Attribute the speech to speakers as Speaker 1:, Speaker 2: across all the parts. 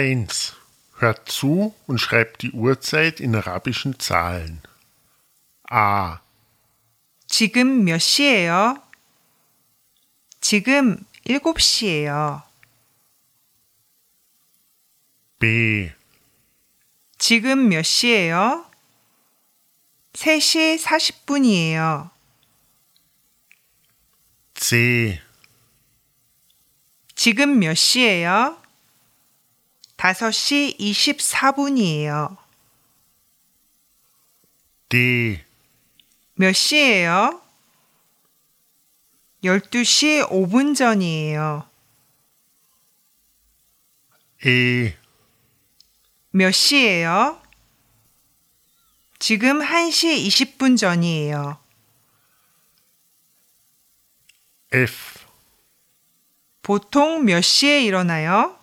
Speaker 1: 1. Hört zu und schreibt die Uhrzeit in arabischen Zahlen. A.
Speaker 2: 지금 몇 시예요? 지금 7시예요.
Speaker 1: B.
Speaker 2: 지금 몇 시예요? 3시 40분이에요.
Speaker 1: C.
Speaker 2: 지금 몇 시예요? 5시 24분이에요.
Speaker 1: D.
Speaker 2: 몇 시예요? 12시 5분 전이에요.
Speaker 1: E.
Speaker 2: 몇 시예요? 지금 1시 20분 전이에요.
Speaker 1: F.
Speaker 2: 보통 몇 시에 일어나요?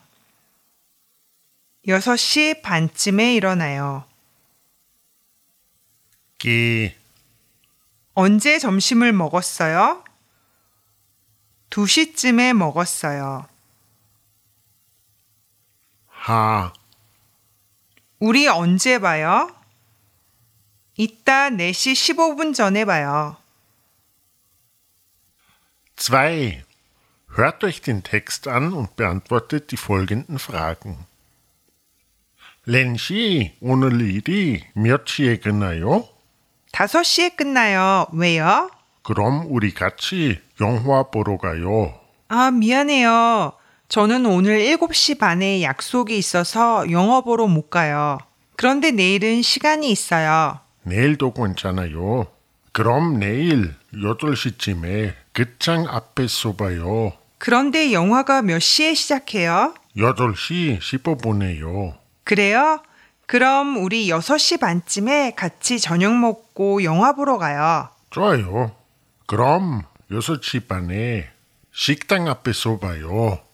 Speaker 2: 6시 반쯤에 일어나요.
Speaker 1: G.
Speaker 2: 언제 점심을 먹었어요? 2시쯤에 먹었어요.
Speaker 1: H.
Speaker 2: 우리 언제 봐요? 이따 4시 15분 전에 봐요.
Speaker 1: 2. Hört euch den Text an und beantwortet die folgenden Fragen. 렌시 오늘 일이 몇 시에 끝나요?
Speaker 2: 5시에 끝나요. 왜요?
Speaker 1: 그럼 우리 같이 영화 보러 가요.
Speaker 2: 아, 미안해요. 저는 오늘 7시 반에 약속이 있어서 영어 보러 못 가요. 그런데 내일은 시간이 있어요.
Speaker 1: 내일도 괜찮아요. 그럼 내일 8시쯤에 극장 앞에서 봐요.
Speaker 2: 그런데 영화가 몇 시에 시작해요?
Speaker 1: 8시 15분에요.
Speaker 2: 그래요? 그럼 우리 6시 반쯤에 같이 저녁 먹고 영화 보러 가요.
Speaker 1: 좋아요. 그럼 6시 반에 식당 앞에서 봐요.